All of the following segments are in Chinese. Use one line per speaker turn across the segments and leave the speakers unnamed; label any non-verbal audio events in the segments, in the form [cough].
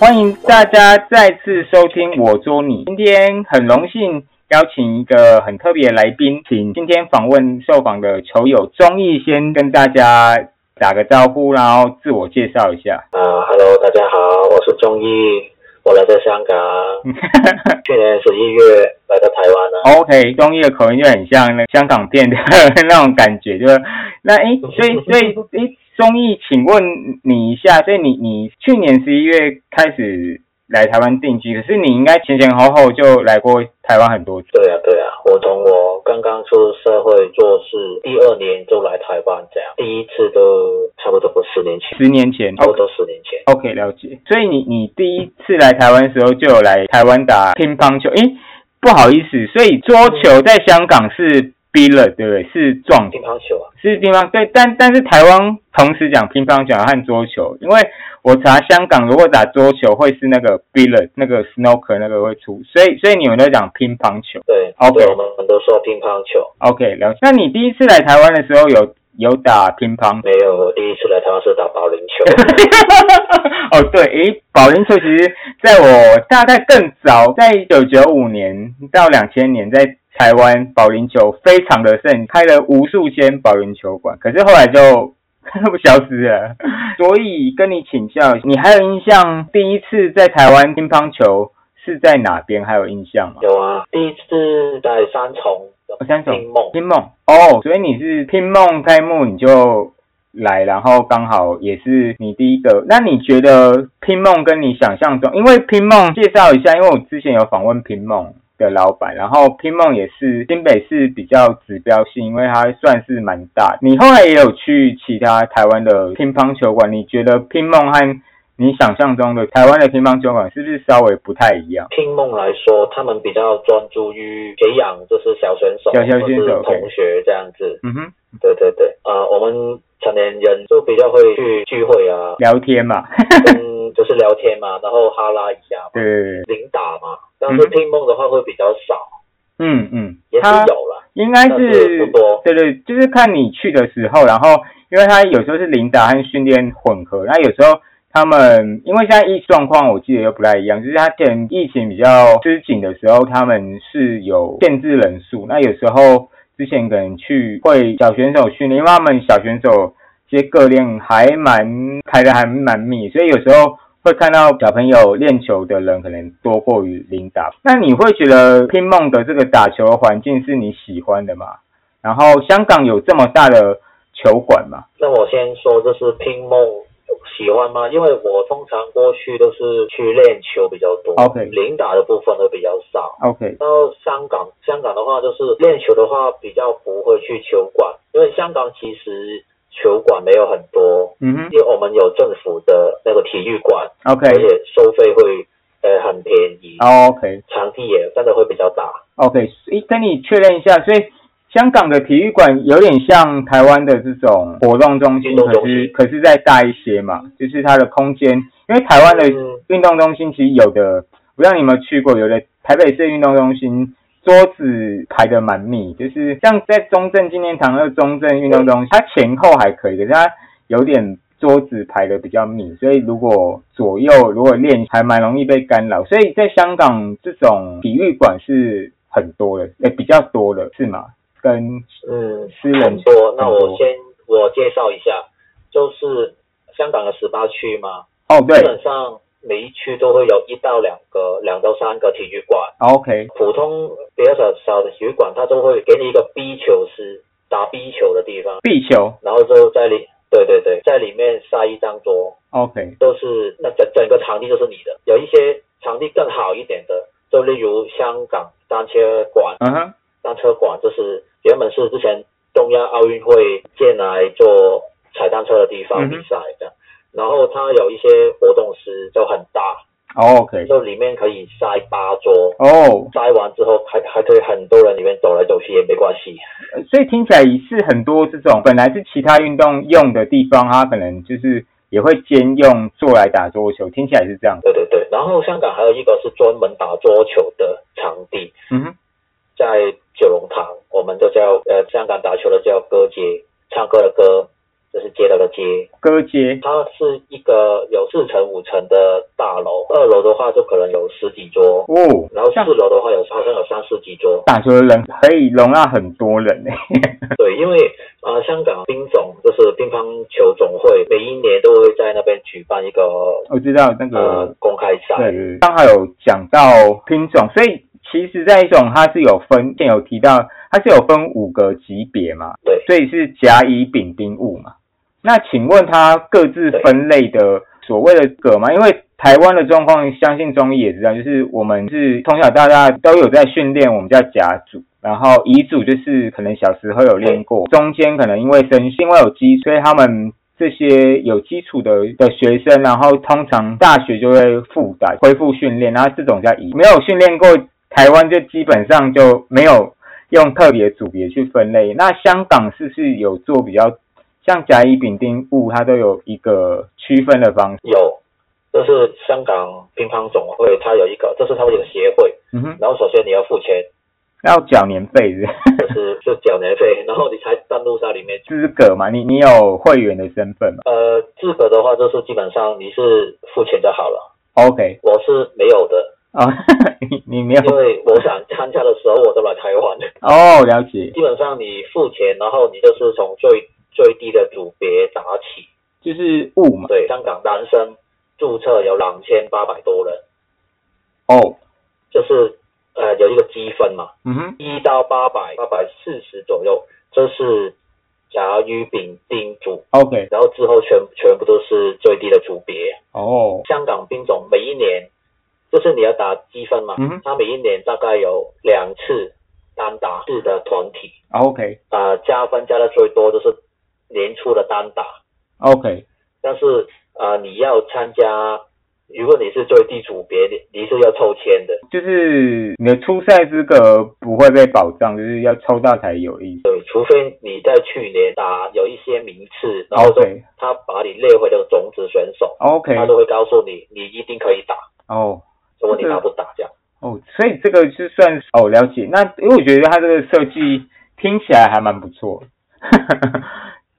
欢迎大家再次收听《我捉你》。今天很荣幸邀请一个很特别的来宾，请今天访问受访的球友钟毅先跟大家打个招呼，然后自我介绍一下。 [laughs]
啊，Hello，大家好，我是钟毅，我来自香港，去年十一月来到台湾啊了。
OK，中医的口音就很像那香港片的那种感觉，就是那诶，所以所以诶，中医，请问你一下，所以你你去年十一月开始来台湾定居，可是你应该前前后后就来过台湾很多次，
对啊，对啊，我从我刚刚出社会做事第二年就来台湾，这样第一次都差不多十年前，
十年前。
差不多十年前。
OK，了解。所以你你第一次来台湾的时候就有来台湾打乒乓球，诶，不好意思，所以桌球在香港是 billet 对不对？是撞
乒乓球啊，
是乒乓对，但但是台湾同时讲乒乓球和桌球，因为我查香港如果打桌球会是那个 billet 那个 snooker 那个会出，所以所以你们都讲乒乓球。
对
OK
对，我们都说乒乓球。
OK，了解。那你第一次来台湾的时候有有打乒乓？
没有，我第一次来台湾是打保龄 [laughs] 球。
[laughs] 哦，对，诶，保龄球其实在我大概更早，在一九九五年到两千年，在台湾保龄球非常的盛，开了 [laughs] 无数间保龄球馆，可是后来就 [laughs] 消失了。所以跟你请教，你还有印象第一次在台湾乒乓球是在哪边？还有印象吗？
有啊，第一次在哦三重。
我想想
乒梦，
拼梦哦，所以你是拼梦开幕你就来，然后刚好也是你第一个。那你觉得拼梦跟你想象中，因为拼梦介绍一下，因为我之前有访问拼梦的老板，然后拼梦也是新北市比较指标性，因为它算是蛮大。你后来也有去其他台湾的乒乓球馆，你觉得拼梦和你想象中的台湾的乒乓球馆是不是稍微不太一样？
听梦来说，他们比较专注于培养就是小选手
小小选手
或是
OK
同学这样子。
嗯哼，，
对对对，啊、我们成年人就比较会去聚会啊
[laughs] 聊天嘛，
跟就是聊天嘛，然后哈拉一下嘛，
对嗯对对，对
零打嘛。但是听梦的话会比较少，
嗯嗯，
也是
他
有啦。
应该
但
是
是不多
对对，就是看你去的时候，然后因为他有时候是领导和训练混合，那有时候他们因为现在疫状况我记得又不太一样，就是他之前疫情比较吃紧的时候，他们是有限制人数，那有时候之前可能去会小选手训练，因为他们小选手其实各练还蛮排的还蛮密，所以有时候。会看到小朋友练球的人可能多过于领导。那你会觉得拼梦的这个打球环境是你喜欢的吗？然后香港有这么大的球馆吗？
那我先说就是听梦喜欢吗？因为我通常过去都是去练球比较多
OK
零打的部分都比较少。
OK，
到香港，香港的话就是练球的话比较不会去球馆，因为香港其实球馆没有很多，
嗯哼
因为我们有政府的那个体育馆，
，OK，
而且收费会呃很便宜，
哦，OK，OK，、
场地也真的会比较大。
所以跟你确认一下，所以香港的体育馆有点像台湾的这种活动中心，
运动
可
中
是
心
可是再大一些嘛，就是它的空间，因为台湾的
嗯
运动中心其实有的，不知道你有没有去过，有的台北市运动中心。桌子排的蛮密，就是像在中正纪念堂那个中正运动中心，它前后还可以，可是它有点桌子排的比较密，所以如果左右如果练还蛮容易被干扰，所以在香港这种体育馆是很多的，诶、比较多的是吗？跟
嗯，
私人
很多。那
很多
我先我介绍一下，就是香港的十八区嘛，
哦对
基本上每一区都会有一到两个、两到三个体育馆。
哦，OK
普通比较小小的体育馆，它都会给你一个 B 球室，打 B 球的地方，
壁球
然后就在里，对对对，在里面塞一张桌，
OK
都是那整整个场地都是你的。有一些场地更好一点的，就例如香港单车馆，
嗯哼
单车馆就是原本是之前东亚奥运会建来做踩单车的地
嗯哼
方比赛的，然后它有一些活动室就很大，
哦，OK
就里面可以塞八桌。
哦，
摘完之后还还可以很多人里面走来走去也没关系。
呃所以听起来是很多这种本来是其他运动用的地方，它可能就是也会兼用做来打桌球，听起来是这样。
对对对，然后香港还有一个是专门打桌球的场地，
嗯哼，
在九龙塘，我们都叫呃香港打球的叫歌街，唱歌的歌，就是街道的街，
歌街，
它是一个有四层五层的大楼，二楼的话就可能有十几桌，
哦，
然后
这样
四楼的话有好像有三十几桌。
打球的人可以容纳很多人欸呢。
对，因为呃，香港乒总就是乒乓球总会，每一年都会在那边举办一个
[laughs] 我知道那个
呃公开赛。
对，刚好有讲到品种，所以其实在一种它是有分，之前有提到它是有分五个级别嘛，
对，
所以是甲乙丙丁戊嘛。那请问它各自分类的所谓的葛嘛？因为台湾的状况，相信中医也知道，就是我们是从小到大都有在训练，我们叫甲组。然后乙组就是可能小时候有练过，中间可能因为生因为有基础，所以他们这些有基础的的学生，然后通常大学就会复打恢复训练，然后这种叫乙。没有训练过，台湾就基本上就没有用特别组别去分类。那香港是不是有做比较像甲乙丙丁戊，它都有一个区分的方式？
有，就是香港乒乓总会，它有一个，这是它们有一个协会，
嗯哼，
然后首先你要付钱，
要缴年费是不是 [laughs]
就是就缴年费，然后你才登录在里面。
资格嘛？你你有会员的身份嘛
呃，资格的话就是基本上你是付钱就好了，
？OK，
我是没有的，
哦， [laughs] 你你没有
因为我想参加的时候我都来台湾。
哦，了解，
基本上你付钱，然后你就是从最最低的组别打起。
就是戊嘛。
对，香港男生注册有两千八百多人，
哦，
就是呃有一个积分嘛，
嗯哼，
一到八百，八百四十左右，这是甲乙丙丁组，
OK，
然后之后全全部都是最低的组别。
哦，
香港兵种每一年就是你要打积分嘛
嗯哼，
他每一年大概有两次单打制的团体，
OK，OK，、
呃加分加的最多就是年初的单打。但是啊、呃你要参加，如果你是最低组别，你你是要抽签的，
就是你的初赛资格不会被保障，就是要抽到才有意思。
对，呃除非你在去年打有一些名次，然后就
OK，OK，、
他把你列回了种子选手，他都会告诉你，你一定可以打，
哦。
如果你打不打这样。
哦，所以这个就算是哦，了解。那因为我觉得它这个设计听起来还蛮不错， [laughs]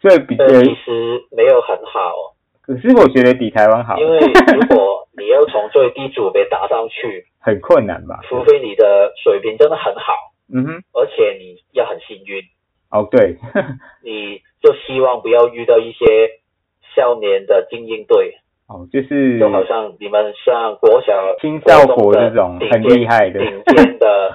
所以比较
但，其实没有很好，
可是我觉得比台湾好，
因为如果你要从最低组别打上去，
[laughs] 很困难吧？
除非你的水平真的很好，
嗯哼，
而且你要很幸运，
哦对， [laughs]
你就希望不要遇到一些少年的精英队，
哦就是
就好像你们像国小、
青少
国
国
中
这
的
种
顶
很
尖
厉害的
顶
[laughs]
尖的、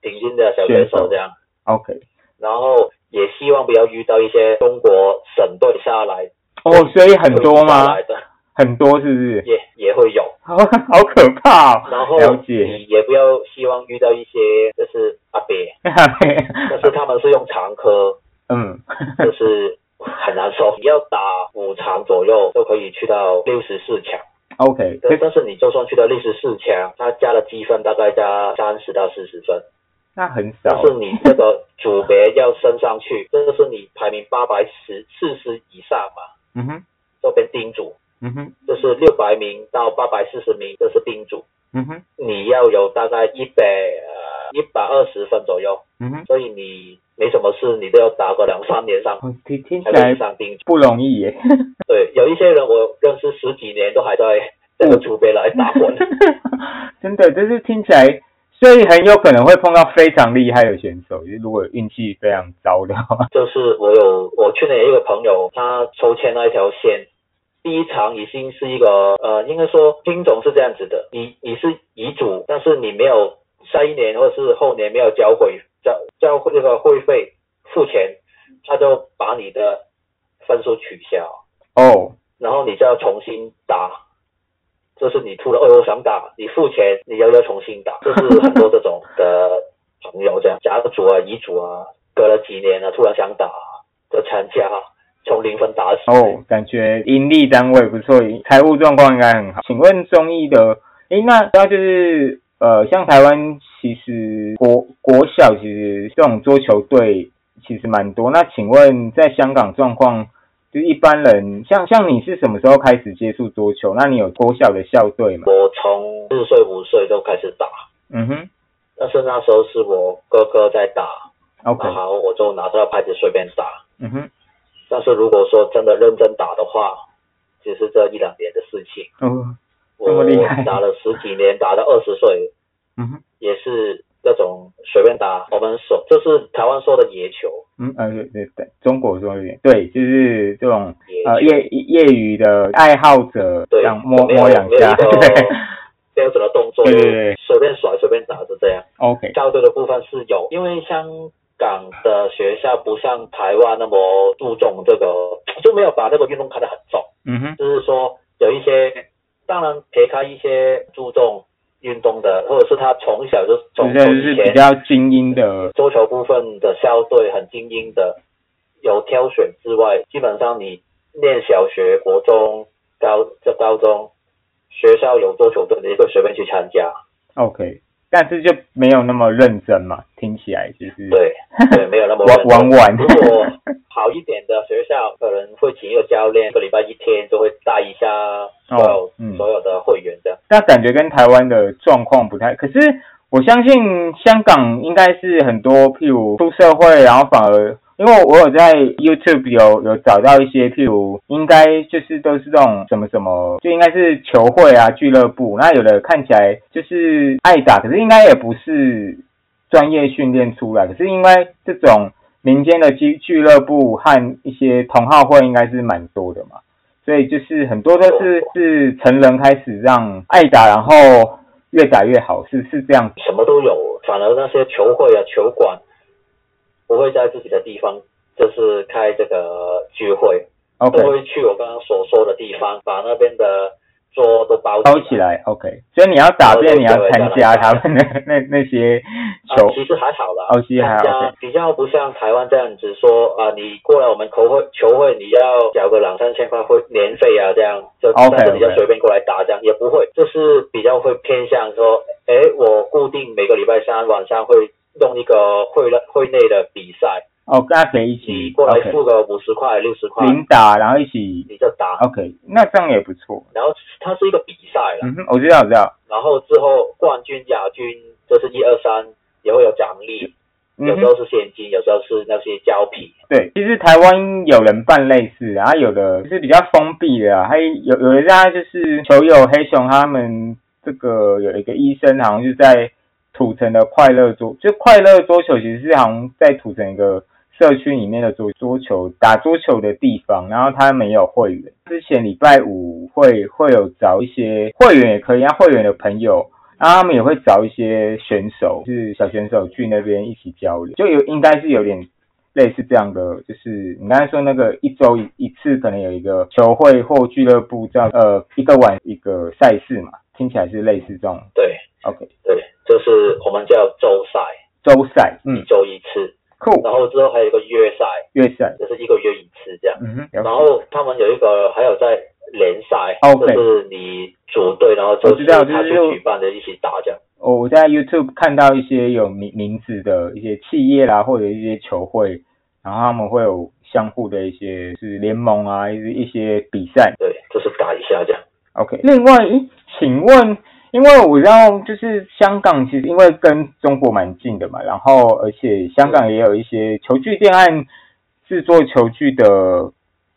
顶尖的小选手这样，
OK。
然后也希望不要遇到一些中国省队下来
哦，所以很多
下
吗？
来的
很多是不是？
也也会有，
好 [laughs] 好可怕哦！
然后
了解，
你也不要希望遇到一些就是阿伯，但是他们是用
[laughs]
长科， [laughs]
嗯，
就是很难说，你要打五场左右就可以去到六十四强。
OK，可
但
是
但是你就算去到六十四强，他加的积分大概加三十到四十分，
那很
但
少
是你这个组别要升上去，这就是你排名八百十四十以上嘛，
嗯哼，
这边丁组，
嗯哼，
就是六百名到八百四十名，这是丁组，
嗯哼，
你要有大概一百呃一百二十分左右，
嗯哼，
所以你没什么事，你都要打个两三年上
哦听听起
才可
来
以上丁组。
不容易耶。
对，有一些人我认识十几年都还在这个组别来打混。
[laughs] 真的，就是听起来，所以很有可能会碰到非常厉害的选手。就是如果运气非常糟的话，
就是我有我去年有一个朋友，他抽签那一条线，第一场已经是一个呃，应该说兵种是这样子的，你你是遗嘱，但是你没有下一年或是后年没有交会交交那个会费付钱，他就把你的分数取消，
哦，
然后你就要重新打。就是你出了，哦，我想打，你付钱，你要不要重新打？就是很多这种的朋友这样，家族啊、遗嘱啊，隔了几年啊了，突然想打，就参加，从零分打起。
哦，感觉盈利单位不错，财务状况应该很好。请问中医的，诶，那那就是呃，像台湾其实国国小其实这种桌球队其实蛮多。那请问在香港状况，就是一般人像像你是什么时候开始接触桌球？那你有国小的校队吗？
我从四岁五岁就开始打，
嗯哼
但是那时候是我哥哥在打，
，OK，
然后我就拿这个拍子随便打。
嗯哼，
但是是如果说真的认真打的话，只是这一两年的事情。
哦，这么
我
厉害
打了十几年，打到二十岁，
嗯哼
也是那种随便打。我们说这是台湾说的野球，
嗯呃对对对，中国说有点对，就是这种
野球
呃业业余的爱好者，这
对
样摸
没有
摸两
没有
下，
一个
对
标准的动作，
对对对
随便甩随便打是这样。
，OK，
校队的部分是有，因为香港的学校不像台湾那么注重这个，就没有把这个运动看得很重。
嗯哼，
就是说有一些，当然撇开一些注重运动的，或者是他从小就从
这就是
以
比
前
较精英的，
桌球呃部分的校队很精英的，有挑选之外，基本上你念小学、国中、高这高中，学校有桌球队，你就随便去参加。
OK，但是就没有那么认真嘛，听起来就是
对对，没
[laughs]
有那么
玩
认真
玩玩
如果好一点的学校，可能会请一个教练，一个礼拜一天就会带一下所有、
哦嗯
所有的会员的。
那感觉跟台湾的状况不太。可是我相信香港应该是很多，譬如出社会，然后反而因为我有在 YouTube 有有找到一些，譬如应该就是都是这种什么什么，就应该是球会啊、俱乐部。那有的看起来就是爱打，可是应该也不是专业训练出来，可是因为这种。民间的俱俱乐部和一些同好会应该是蛮多的嘛，所以就是很多都是是成人开始让爱打，然后越打越好，是是这样子。
什么都有，反而那些球会啊、球馆不会在自己的地方，就是开这个聚会，
OK，
都会去我刚刚所说的地方，把那边的桌都包
包起。来 OK，所以你要打遍，你要参加他们的 [laughs] 那那些
啊
球，
其实还好啦，
哦其实还好
大家
OK
比较不像台湾这样子说啊，你过来我们球会球会，你要缴个两三千块会年费啊，这样就
OK，
但是你就
OK
随便过来打这样也不会，就是比较会偏向说，哎，我固定每个礼拜三晚上会弄一个会内会内的比赛，
哦，大家可以一
你
起
过来
OK
付个五十块、六十块，
零打，然后一起
你就打。
OK，那这样也不错。
然后它是一个比赛啦，
嗯哼，我知道，我知道。
然后之后冠军、亚军，就是一二三也会有奖励，
嗯
有时
哼，
候是现金，有时候是那些胶皮。
对，其实台湾有人办类似，然后有的就是比较封闭的啊，还有有的大家就是球友黑熊他们这个有一个医生好像就在土城的快乐桌，就快乐桌球其实是好像在土城一个社区里面的桌桌球打桌球的地方，然后他们也有会员，之前礼拜五会会有找一些会员也可以，让会员的朋友然后他们也会找一些选手，就是小选手去那边一起交流，就有应该是有点类似这样的，就是你刚才说那个一周一一次，可能有一个球会或俱乐部这样，呃，一个晚一个赛事嘛，听起来是类似这种
对
OK
对，就是我们叫周赛，
周赛，嗯，
周一次，
酷
然后之后还有一个月赛，
月赛，
就是一个月一次这样。
嗯哼，
然
了解
后他们有一个还有在联赛
OK
就是你组队，然后就
我
是
知道就
他去
是用
举办的一起打这样。
哦我在 YouTube 看到一些有名名字的一些企业啦，或者一些球会，然后他们会有相互的一些就是联盟啊，一些一些比赛，
对，就是打一下这样。
OK，另外，诶请问，因为我知道就是香港其实因为跟中国蛮近的嘛，然后而且香港也有一些球具店和制作球具的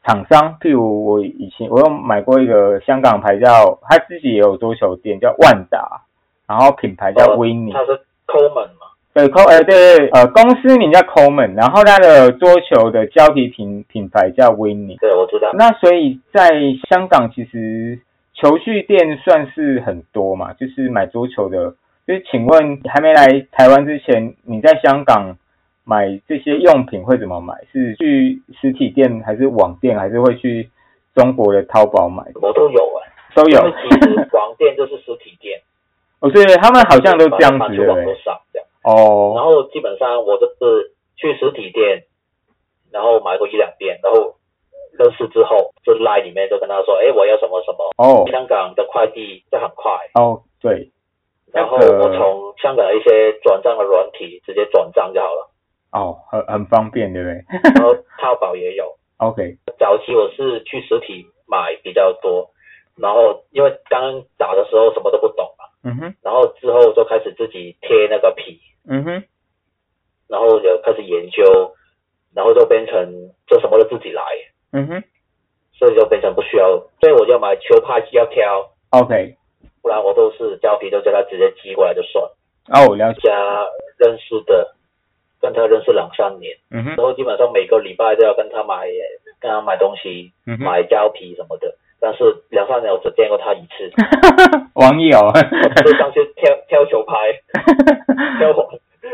厂商，譬如我以前我有买过一个香港牌叫，他自己也有桌球店叫万达，然后品牌叫
呃
维尼、
他是 Coleman 嘛，
对，c o 呃对对呃公司名叫 Coleman，然后它的桌球的胶皮品品牌叫维尼。
对，我知道。
那所以在香港，其实球具店算是很多嘛，就是买桌球的。就是请问，还没来台湾之前，你在香港买这些用品会怎么买？是去实体店，还是网店，还是会去中国的淘宝买？
我都有啊，
都有
因。为其实网店就是实体店，
我觉得他们好像都这样
把
子，
它
对
放
不
去网络
对？
上这样。然
哦，
后基本上我就是去实体店，然后买过一两遍，然后认识之后就 line 里面就跟他说，哎，我要什么什么，
哦，
香港的快递就很快，
哦，对，
然后
那个
我从香港的一些转账的软体直接转账就好了，
哦，很很方便，对不对
然后淘宝也有。
[laughs] ？OK，
早期我是去实体买比较多，然后因为刚刚打的时候什么都不懂嘛，
嗯哼，
然后之后就开始自己贴那个皮，
嗯哼，
然后就开始研究，然后就变成就什么都自己来，
嗯哼
所以就变成不需要，所以我就买球拍机要挑，
，OK，
不然我都是胶皮都叫他直接寄过来就算。
哦，我了解，
家认识的，跟他认识两三年，
嗯哼
然，后基本上每个礼拜都要跟他买，跟他买东西，
嗯 [laughs] 哼，
买胶皮什么的。但是两三年我只见过他一次，
网 [laughs] 友，
就上去挑挑球拍， [laughs] 挑完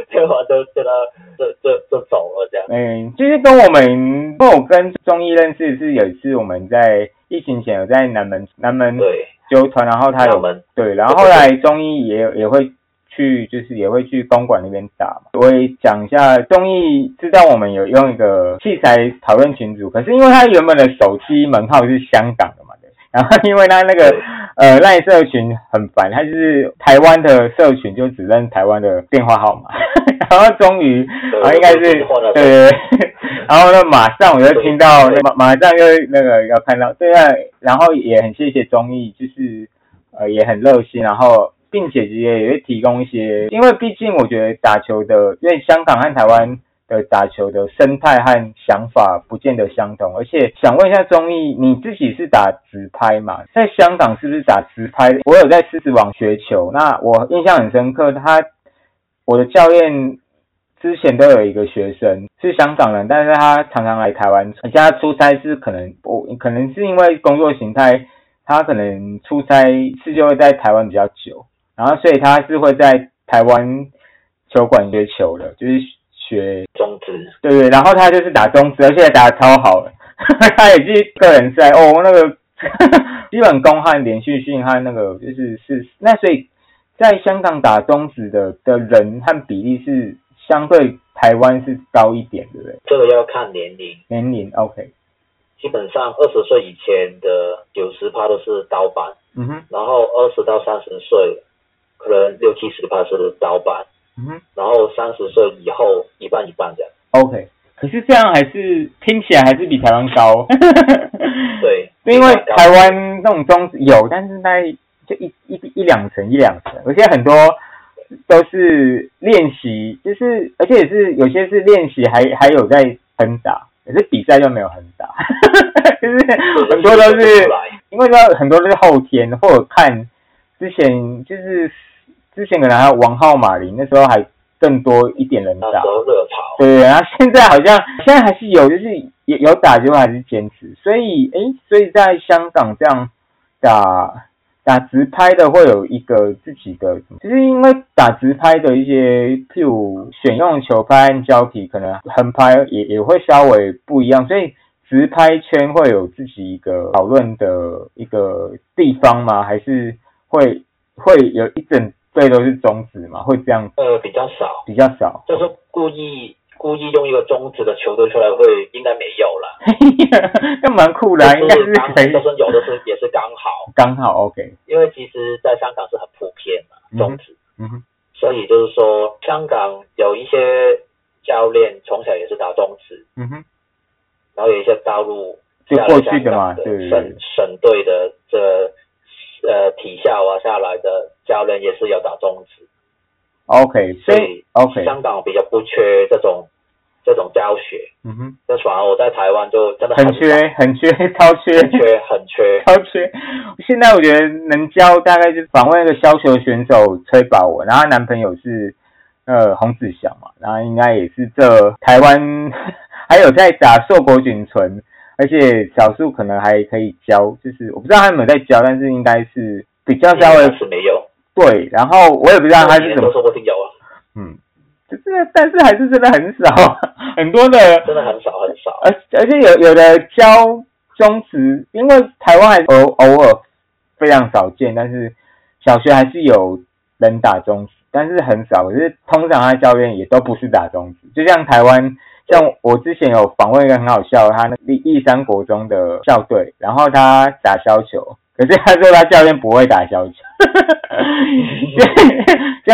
挑完就就他就就就走了这样。
嗯，就是跟我们，跟我跟中医认识是有一次我们在疫情前有在南门南门
对，
纠团，然后他
我
有
们
对，然后后来中医也也会去，就是也会去公馆那边打嘛。我也讲一下，中医知道我们有用一个器材讨论群组，可是因为他原本的手机门号是香港的嘛，对然后因为他那个
对
呃赖社群很烦，他就是台湾的社群就只认台湾的电话号码， [laughs] 然后终于
对
啊应该是
我就
对
是换了对
对对， [laughs] 然后呢马上我就听到，马马上就那个要看到，对啊，然后也很谢谢综艺，就是呃也很热心，然后并且也也会提供一些，因为毕竟我觉得打球的，因为香港和台湾的打球的生态和想法不见得相同，而且想问一下综艺，你自己是打直拍嘛？在香港是不是打直拍？我有在狮子网学球，那我印象很深刻，他我的教练之前都有一个学生是香港人，但是他常常来台湾，而且他出差是可能我可能是因为工作形态，他可能出差是就会在台湾比较久，然后所以他是会在台湾球馆学球的，就是学
中职
对对，然后他就是打中职，而且打得超好的， [laughs] 他也是个人赛哦，那个 [laughs] 基本功和连续性和那个就是是那所以在香港打中职的的人和比例是相对台湾是高一点，对不对？
这个要看年龄，
年龄 OK，
基本上二十岁以前的九十趴都是刀板，
嗯哼，
然后二十到三十岁可能六七十趴是刀板，
嗯哼
然后三十岁以后一半一半这样。
，OK。可是这样还是听起来还是比台湾 [laughs] 高，
对，
因为台湾那种中有，但是那就一一一两层一两层，而且很多都是练习，就是而且也是有些是练习还还有在横打，可是比赛就没有横打， [laughs] 就是很多都是因为说很多都是后天，或者看之前就是之前可能还有王浩马林那时候还更多一点人
那
打
时，候热潮，
对，然后现在好像现在还是有，就是有有打就还是坚持，所以诶，所以在香港这样打打直拍的会有一个自己的，就是因为打直拍的一些，譬如选用球拍和胶皮，可能横拍也也会稍微不一样，所以直拍圈会有自己一个讨论的一个地方吗？还是会会有一整队都是中指吗？会这样
呃，比较少，
比较少？
就是故意故意用一个中指的球队出来会，应该没有了。
[laughs] 嘿呀，那蛮酷的、啊，应该
就是是刚，
可以
就是有的是也是刚好，
刚好 OK。
因为其实在香港是很普遍嘛，
嗯
中指，
嗯哼，
所以就是说香港有一些教练从小也是打中指，
嗯哼，
然后有一些大陆
就过去的嘛
下来香港
对
省省队的这呃体校啊下来的教练也是有打中指，
，OK，所
所
以
以
OK，
香港比较不缺这种这种教学，
嗯哼，
那反而我在台湾就真的
很
少
缺，很缺， [laughs] 超缺，
很缺 [laughs] 很缺，
超缺。现在我觉得能教大概就是访问一个削球选手崔宝文，然后她男朋友是呃洪子祥嘛，然后应该也是这台湾 [laughs] 还有在打硕果仅存，而且少数可能还可以教，就是我不知道他有没有在教，但是应该是比较稍微
是没有，
对。然后我也不知道他是怎么
都说不定有啊，
嗯，就是但是还是真的很少， [laughs] 很多的，
真的很少
[laughs]
很少，
而而且有有的教中职，因为台湾还偶偶尔非常少见，但是小学还是有人打中职，但是很少。可是通常他教练也都不是打中职，就像台湾。像我之前有访问一个很好笑的，他那个义山国中的校队，然后他打削球，可是他说他教练不会打削球， [laughs] 所以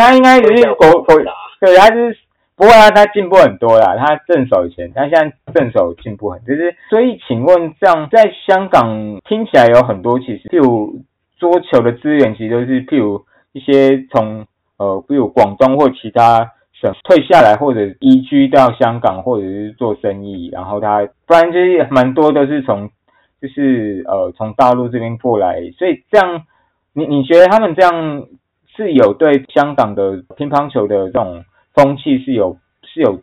他应该只是国国
打，
对，他就是不过他他进步很多啦，他正手以前，他现在正手进步很，就是所以请问这样在香港听起来有很多其实，譬如桌球的资源其实都是譬如一些从呃，譬如广东或其他选退下来或者移居到香港或者是做生意，然后他不然就是蛮多都是从就是呃从大陆这边过来，所以这样你你觉得他们这样是有对香港的乒乓球的这种风气是有是有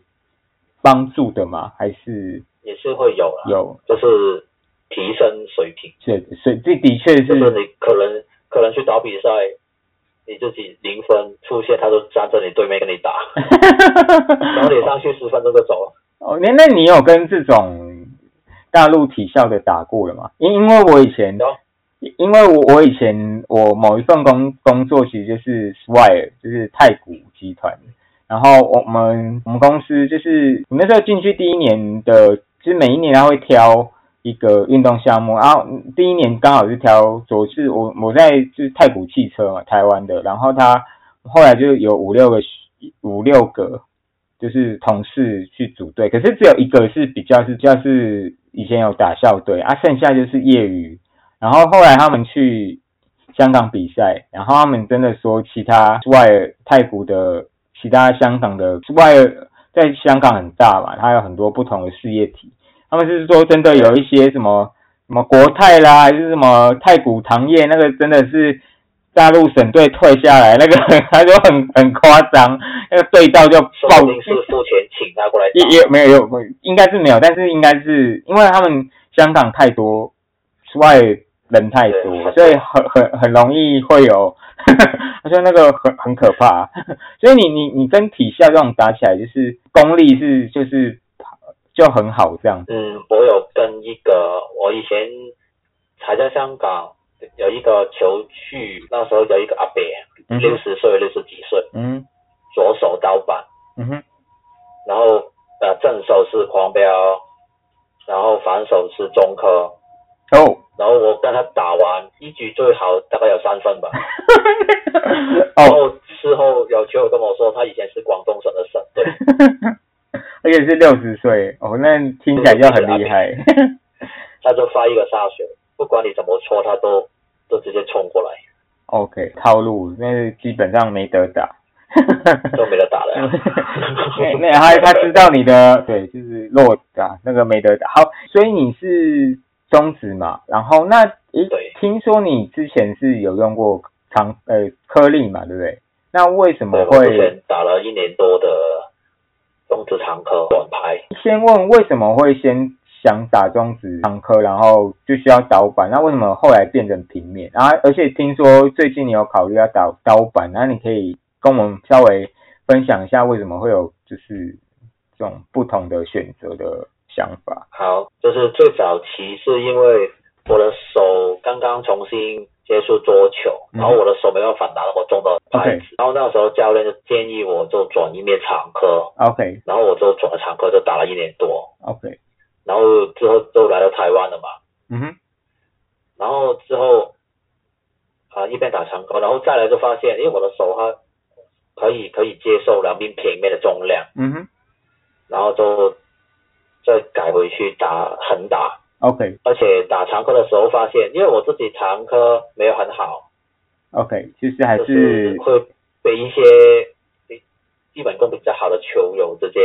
帮助的吗？还是
也是会有啦，
有
就是提升水平，
是是这的确是
就是你可能可能去打比赛，你自己零分出线，他都站在你对面跟你
[laughs]
打，然后你上去十分钟就走了。
哦，那那你有跟这种大陆体校的打过了吗？因因为我以前，
有
因为我我以前我某一份工工作其实就是 Swire，就是太古集团。然后我们我们公司就是我们那时候进去第一年的，就是每一年他会挑一个运动项目，然后第一年刚好是挑左是我我在就是太古汽车嘛，台湾的，然后他后来就有五六个五六个就是同事去组队，可是只有一个是比较是比较是以前有打校队啊，剩下就是业余。然后后来他们去香港比赛，然后他们真的说其他外泰国的其他香港的外在香港很大嘛，它有很多不同的事业体。他们是说真的有一些什么什么国泰啦，还是什么太古糖业那个真的是大陆省队退下来那个， [laughs] 他说很很夸张，那个队道就
说
爆
不定是付钱请他过来
也
打，
也没有有，应该是没有，但是应该是因为他们香港太多，出外人太多，
对
所以很很很容易会有， [laughs] 他说那个很很可怕，所以你你你跟体校这种打起来，就是功力是就是就很好这样，
嗯，我有跟一个我以前还在香港有一个球具，那时候有一个阿伯，
嗯
六
哼
十岁六十几岁，
嗯
左手刀板，
嗯哼
然后呃正手是狂飙，然后反手是中科，
哦，
然后我跟他打完一局最好大概有三分吧，然
哦，
后事后有球友跟我说他以前是广东省的省
[laughs]
队，
而且是六十岁哦，那听起来就很厉害， [laughs]
他就发一个杀球，不管你怎么戳他都都直接冲过来，
OK，套路那是基本上没得打。 [laughs]
就没得打了。 [laughs]
那嗯那他他知道你的对，就是落打那个没得打。好，所以你是中指嘛，然后那诶
对，
听说你之前是有用过长呃颗粒嘛，对不对？那为什
对
么
我之
会
前打了一年多的中职长科短拍，
先问为什么会先想打中指长科，然后就需要刀板？那为什么后来变成平面？然后而且听说最近你有考虑要打刀板，那你可以跟我们稍微分享一下为什么会有就是这种不同的选择的想法？
好，就是最早期是因为我的手刚刚重新接触桌球，
嗯
然后我的手没办法拿那么重的拍子然后那时候教练就建议我就转一面长科，
OK
然后我就转了长科，就打了一年多，
OK，
然后之后都来到台湾了嘛，
嗯哼，
然后之后啊一边打长科，然后再来就发现，因为我的手它可以可以接受两边平面的重量。
嗯哼
然后就再改回去打横打，
，OK
而且打长科的时候发现，因为我自己长科没有很好，
OK，其实还。
就是是会被一些比基本功比较好的球友直接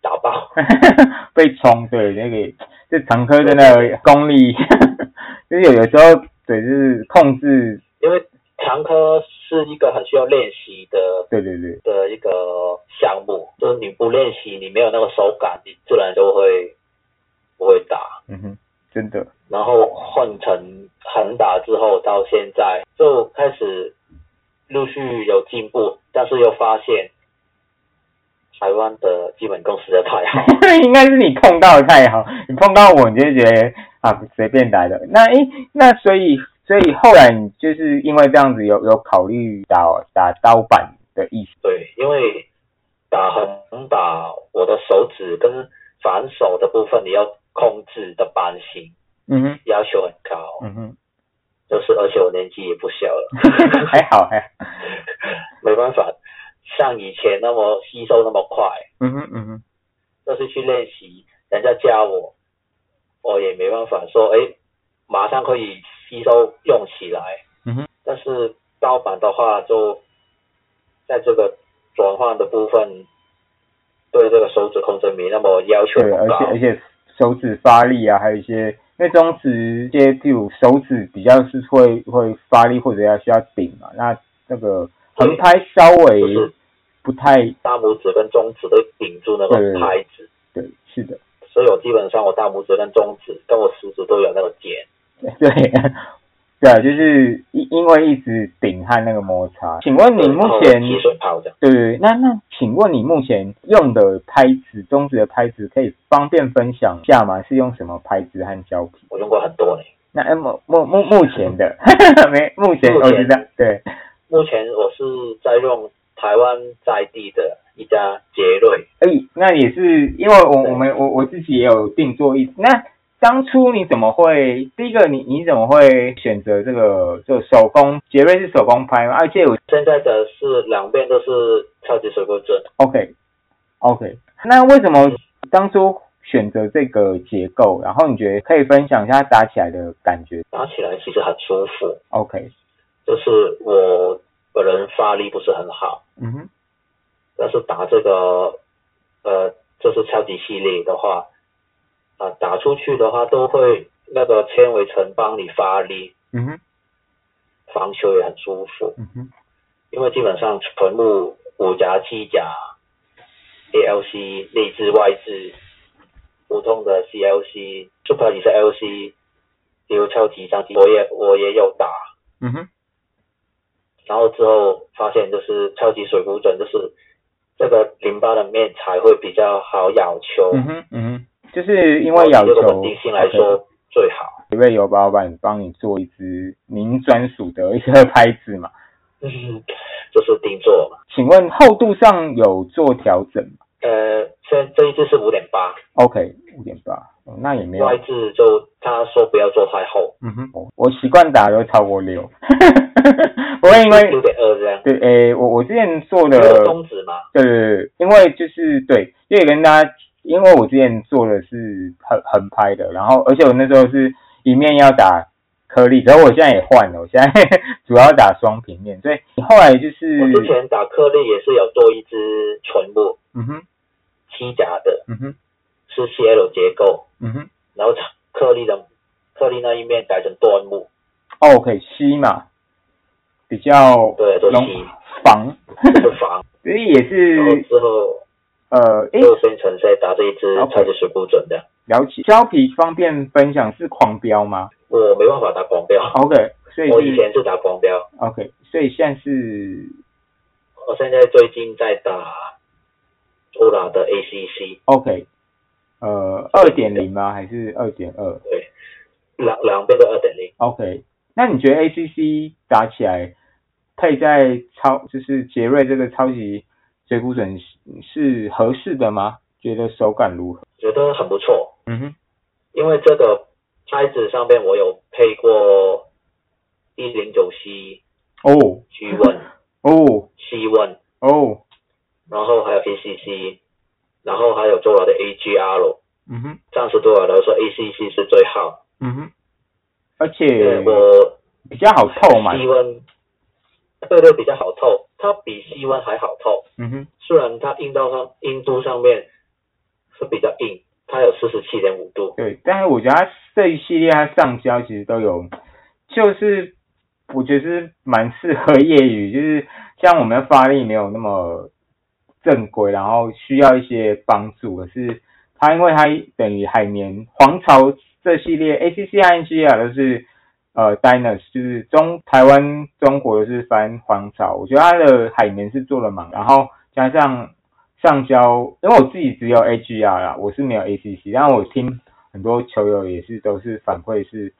打爆
[laughs] 被冲，对那个这长科真的功力， [laughs] 就是有有时候对就是控制，
因为长科是一个很需要练习的
对对对，
的一个项目，就是你不练习，你没有那个手感，你自然就会不会打。
嗯哼，真的。。
然后换成横打之后，到现在就开始陆续有进步，但是又发现台湾的基本功实在太好
[laughs] [laughs] 应该是你碰到的太好，你碰到我，你就觉得啊随便来的。那诶、那所以所以后来你就是因为这样子有有考虑打打刀板的意思。
对，因为打横打，我的手指跟反手的部分，你要控制的版型
嗯哼，
要求很高，
嗯哼，
就是而且我年纪也不小了，
嗯还好还好。
没办法像以前那么吸收那么快。
嗯哼嗯哼，
就是去练习，人家教我，我也没办法说，哎，马上可以吸收用起来。
嗯哼。
但是盗版的话，就在这个转换的部分，对这个手指控制没那么要求
对，
那么
而
高
且。而且手指发力啊，还有一些因为中指一些，譬如手指比较是会会发力或者要需要顶嘛，那那个横拍稍微不太
大拇指跟中指都顶住那
对
个拍子，
对，是的，
所以我基本上我大拇指跟中指跟我食指都有那个茧。
对。 [laughs] 对，啊就是因因为一直顶和那个摩擦。请问你目前
提损跑的，
对对，对那那请问你目前用的拍子，中指的拍子可以方便分享一下吗？是用什么拍子和胶皮？
我用过很多呢。
那呃目目目目前的 [laughs] 没目前
目
我
前
知道，对
目前我是在用台湾在地的一家杰瑞，
哎，那也是因为我
对
我们我我自己也有定做一。那当初你怎么会第一个你你怎么会选择这个这个手工杰瑞是手工拍吗？而且我
现在的是两边都是超级水果针，
OK OK，那为什么当初选择这个结构？然后你觉得可以分享一下打起来的感觉
打起来其实很舒服。
？OK，
就是我本人发力不是很好，
嗯哼，
但是打这个呃，就是超级系列的话，啊、打出去的话都会那个纤维层帮你发力，
嗯哼，
防球也很舒服。
嗯哼，
因为基本上臀部五夹、七夹、ALC 内置、外置、普通的 CLC、Super 也是 LC，比如超级上级，我也我也有打。
嗯哼，
然后之后发现就是超级水壶准，就是这个淋巴的面才会比较好咬球，
嗯哼，嗯哼，就是因为咬
这个
球
稳定性来说最好。
一位有老板帮你做一支您专属的一个拍子嘛？
嗯，就是定做嘛。
请问厚度上有做调整吗
呃，现这一支是五点八，
？OK，五点八，哦那也没有
外，置就他说不要做太厚，
嗯哼，我我习惯打都超过六， [laughs] 不会因为
六点二这样。
对，诶、我我之前做的
没有中指嘛，
对对对，呃因为就是对，因为跟大家，因为我之前做的是横横拍的，然后而且我那时候是一面要打颗粒，可是我现在也换了，我现在 [laughs] 主要打双平面，所以你后来就是
我之前打颗粒也是有做一支唇部
嗯哼
七夹的，
嗯哼
是 CL 结构，
嗯哼
然后颗粒的颗粒那一面改成端木，
哦，OK 吸嘛，比较
对，做
容
七
防，
就防，
[laughs] 所以也
然后
是
之后
呃，嗯诶，
就变成在打这一支
OK
超级水库准的，
了解胶皮方便分享是狂飙吗
我没办法打光标，
？OK，所以
我以
是
前是打光标，
OK，所以现在是
我现在最近在打欧拉的 ACC，
OK，呃，二点零吗？还是二点二
对，两两边都二点零，
？OK，那你觉得 ACC 打起来配在超就是杰瑞这个超级水谷准是合适的吗？觉得手感如何？
觉得很不错，
嗯哼，
因为这个拍子上面我有配过一零九 C、
哦
G
[laughs]
One、
哦
C One，
哦，
然后还有 ACC，然后还有做了的 AGR，
嗯哼
暂时对我来说 ACC 是最好，
嗯哼，而
因为
且
我
比较好透嗯嘛
C，One 对对比较好透，它比 C One 还好透，
嗯哼，
虽然它硬道上硬度上面是比较硬，它有四十七点五度，
对，但是我觉得它这一系列它上胶其实都有，就是我觉得是蛮适合业余，就是像我们的发力没有那么正规，然后需要一些帮助，可是它因为它等于海绵皇朝这系列 ACC 和 NGR 都是呃 Dinos 就是中台湾中国是翻皇朝，我觉得它的海绵是做的蛮，然后加上上交，因为我自己只有 AGR 啦，我是没有 ACC，但我听很多球友也是都是反馈是，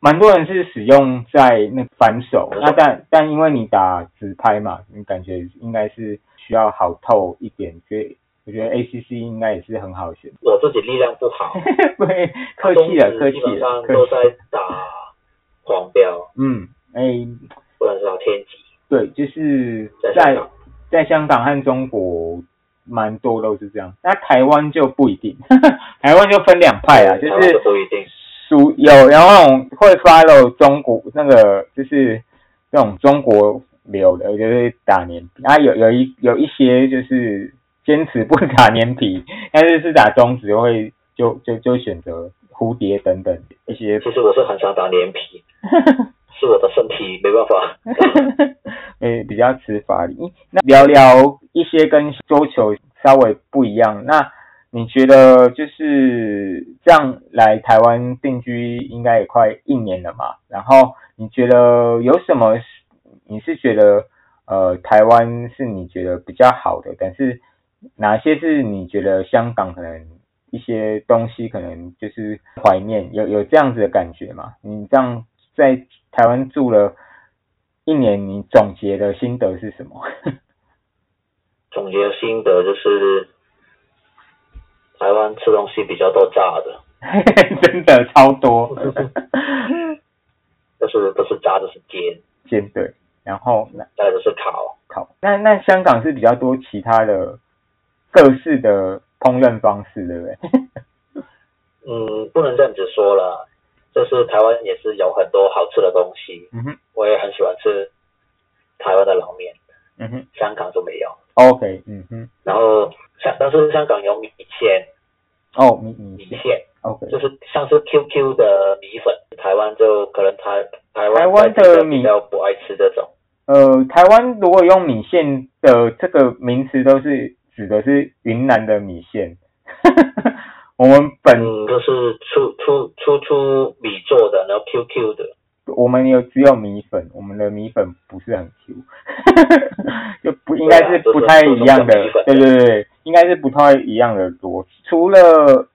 蛮多人是使用在那反手，那但但因为你打直拍嘛，你感觉应该是需要好透一点，所以我觉得 ACC 应该也是很好选。 [laughs]
我自己力量不好，
对，客气了，客气
基
了，
本上
客
都
气了。啊
在打黄标。
嗯，哎、
不能说天级，
对，就是
在香
在
港
在香港和中国蛮多都是这样，那台湾就不一定， [laughs] 台湾就分两派啊，就
台湾
是
不一定。
属有然后会 follow 中国那个就是那种中国流的，就是打年饼啊，有有一有一些就是坚持不打粘皮， [laughs] 但是是打中指会就就就选择蝴蝶等等一些。 [laughs]
其实我是很常打脸皮，是我的身体没办
[laughs]
法。
呃，比较吃法力。那聊聊一些跟桌球稍微不一样。那你觉得就是这样来台湾定居，应该也快一年了嘛？然后你觉得有什么是？你是觉得呃，台湾是你觉得比较好的，但是哪些是你觉得香港可能一些东西可能就是怀念，有有这样子的感觉吗？你这样在台湾住了一年，你总结的心得是什么？ [laughs]
总结心得就是，台湾吃东西比较多炸的，
真的超多，
但是不是炸就是煎，
煎对，然后那
再来就是烤。
烤那那香港是比较多其他的各式的烹饪方式，对不 [laughs] 对？
嗯，不能这样子说了，就是台湾也是有很多好吃的东西，
嗯哼，
我也很喜欢吃台湾的冷面，
嗯哼
香港就没有。
，OK，嗯哼，
然后香，但是香港有米线，
哦，米米
米
线
线
，OK，
就是像是 QQ 的米粉，台湾就可能台台湾
台湾的
在地人
米
比较不爱吃这种，
呃，台湾如果用米线的这个名词，都是指的是云南的米线。 [laughs] 我们本、
嗯，就是出出出出米做的，然后 QQ 的，
我们有只有米粉，我们的米粉不是很
[laughs]
Q，就不应该是不太一样的
对啊就是，
对对对，应该是不太一样的逻辑。除了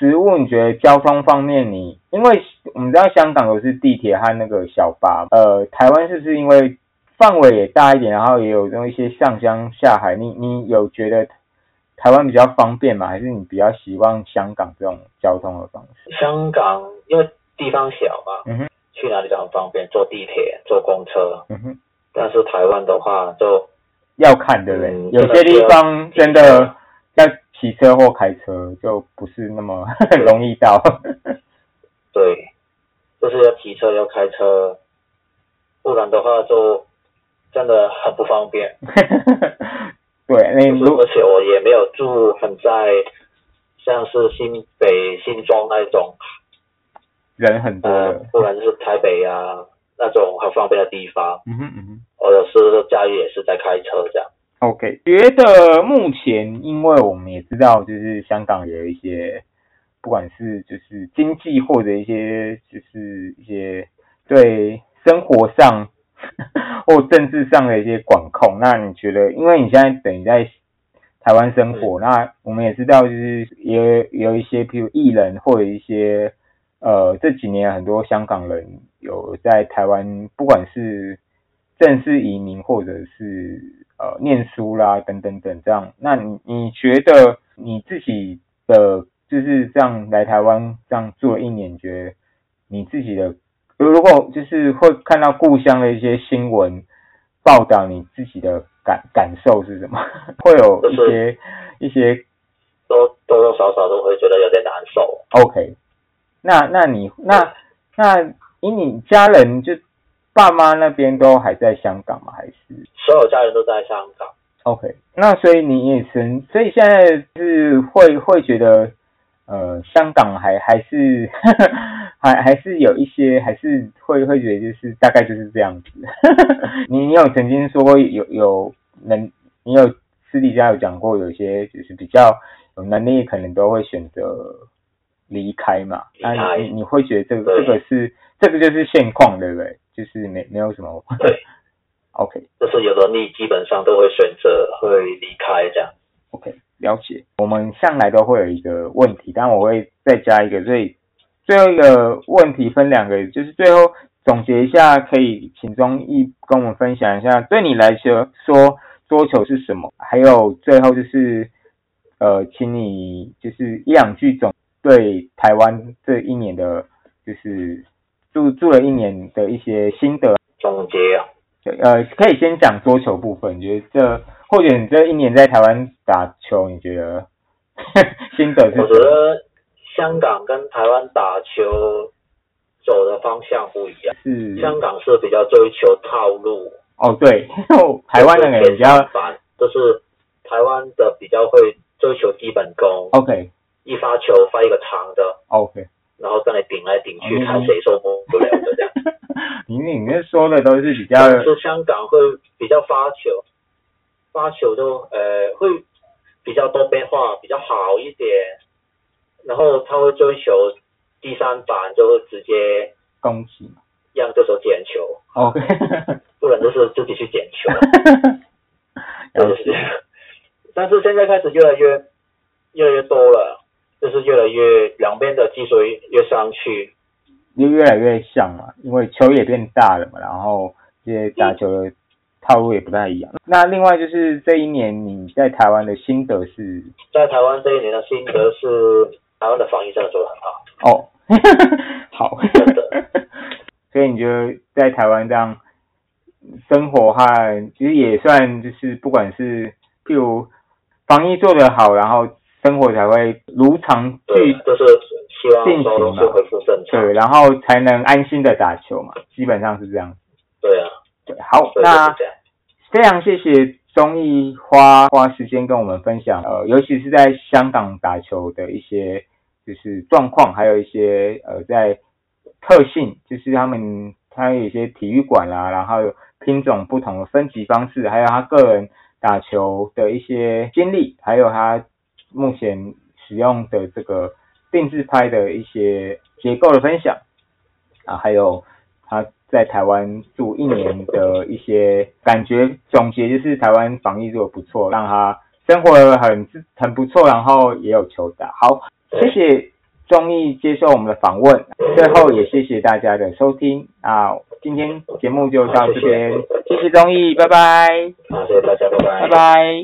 食物，你觉得交通方面你，因为我们知道香港都是地铁和那个小巴，呃，台湾是不是因为范围也大一点，然后也有那一些上乡下海，你你有觉得台湾比较方便吗？还是你比较习惯香港这种交通的方式？
香港因为地方小嘛，
嗯哼，
去哪里都很方便，坐地铁、坐公车。
嗯哼。
但是台湾的话就，
要看，对不对？
嗯啊
有些地方真的要骑车或开车，就不是那么 [laughs] 容易到。
对，就是要骑车要开车，不然的话就真的很不方便。
对，你
就是
哎如
而且我也没有住很在像是新北、新庄那一种，
人很多
呃
的，，
不然就是台北啊那种很方便的地方，
嗯哼嗯哼。
或者是家里也是在开车这样。
OK，觉得目前，因为我们也知道，就是香港也有一些，不管是就是经济或者一些就是一些对生活上 [laughs] 或政治上的一些管控。那你觉得，因为你现在等于在台湾生活，那我们也知道，就是也有一些，譬如艺人或者一些呃，这几年很多香港人有在台湾，不管是正式移民或者是呃念书啦等等等这样，那你你觉得你自己的就是这样来台湾这样做一年，你觉得你自己的如果就是会看到故乡的一些新闻报道，你自己的感感受是什么？ [laughs] 会有一些一些
多多多少少都会觉得有点难受。
OK，那那你那那以你家人就爸妈那边都还在香港吗？还是
所有家人都在香港，
OK？那所以你也是，所以现在是会会觉得呃，香港还还是 [laughs] 还还是有一些，还是会会觉得就是大概就是这样子。 [laughs] 你你有曾经说过有有能，你有私底下有讲过，有些就是比较有能力，可能都会选择离开嘛。那
离开
你你你会觉得这个这
对
个是这个就是现况，对不对？就是没没有什么
对
[laughs] OK
就是有能力基本上都会选择会离开这样。
OK，了解。我们向来都会有一个问题，但我会再加一个，所以最后一个问题分两个，就是最后总结一下，可以请中义跟我们分享一下，对你来说说桌球是什么？还有最后就是呃，请你就是一两句总对台湾这一年的，就是住住了一年的一些心得。
总结啊，
对，呃，可以先讲桌球部分。你觉得这，或者你这一年在台湾打球，你觉得 [laughs] 心得是
我
什
觉
么？
得香港跟台湾打球走的方向不一样，
是
香港是比较追求套路，
哦，对，台湾的人比较
反，就是台湾的比较会追求基本功，
OK
一发球发一个长的，
OK，
然后跟你顶来顶去，
嗯
看谁受不了的这样。
[laughs] 你你那说的都是比较
但是香港会比较发球，发球就呃会比较多变化，比较好一点，然后他会追求第三板就会直接
恭喜嘛
让对手捡球，
，OK，
不然就是自己去捡球。
了
就
解
是， [laughs] 但是现在开始越来越越来越多了，就是越来越两边的技术越上去，
就越来越像嘛，因为球也变大了嘛，然后这些打球的套路也不太一样。那另外就是这一年你在台湾的心得是
在台湾这一年的心得是，台湾的防疫真的做得很好，
哦， [laughs] 好， [laughs] 所以你就在台湾这样生活和其实也算就是不管是譬如防疫做得好，然后生活才会如常
对
去，
就是希望说东西恢复正常，
啊对，然后才能安心的打球嘛，基本上是这样。
对啊，
对，好，
所以就
那
是这样。
非常谢谢综艺花花时间跟我们分享，呃，尤其是在香港打球的一些就是状况，还有一些呃在特性，就是他们他有一些体育馆啦、然后有品种不同的分级方式，还有他个人打球的一些经历，还有他目前使用的这个定制拍的一些结构的分享啊，还有他在台湾住一年的一些感觉总结，就是台湾防疫做的不错，让他生活得很很不错，然后也有球打。好，谢谢综艺接受我们的访问，最后也谢谢大家的收听啊，今天节目就到这边，谢谢综艺，拜拜，
好，谢谢大家，拜
拜拜。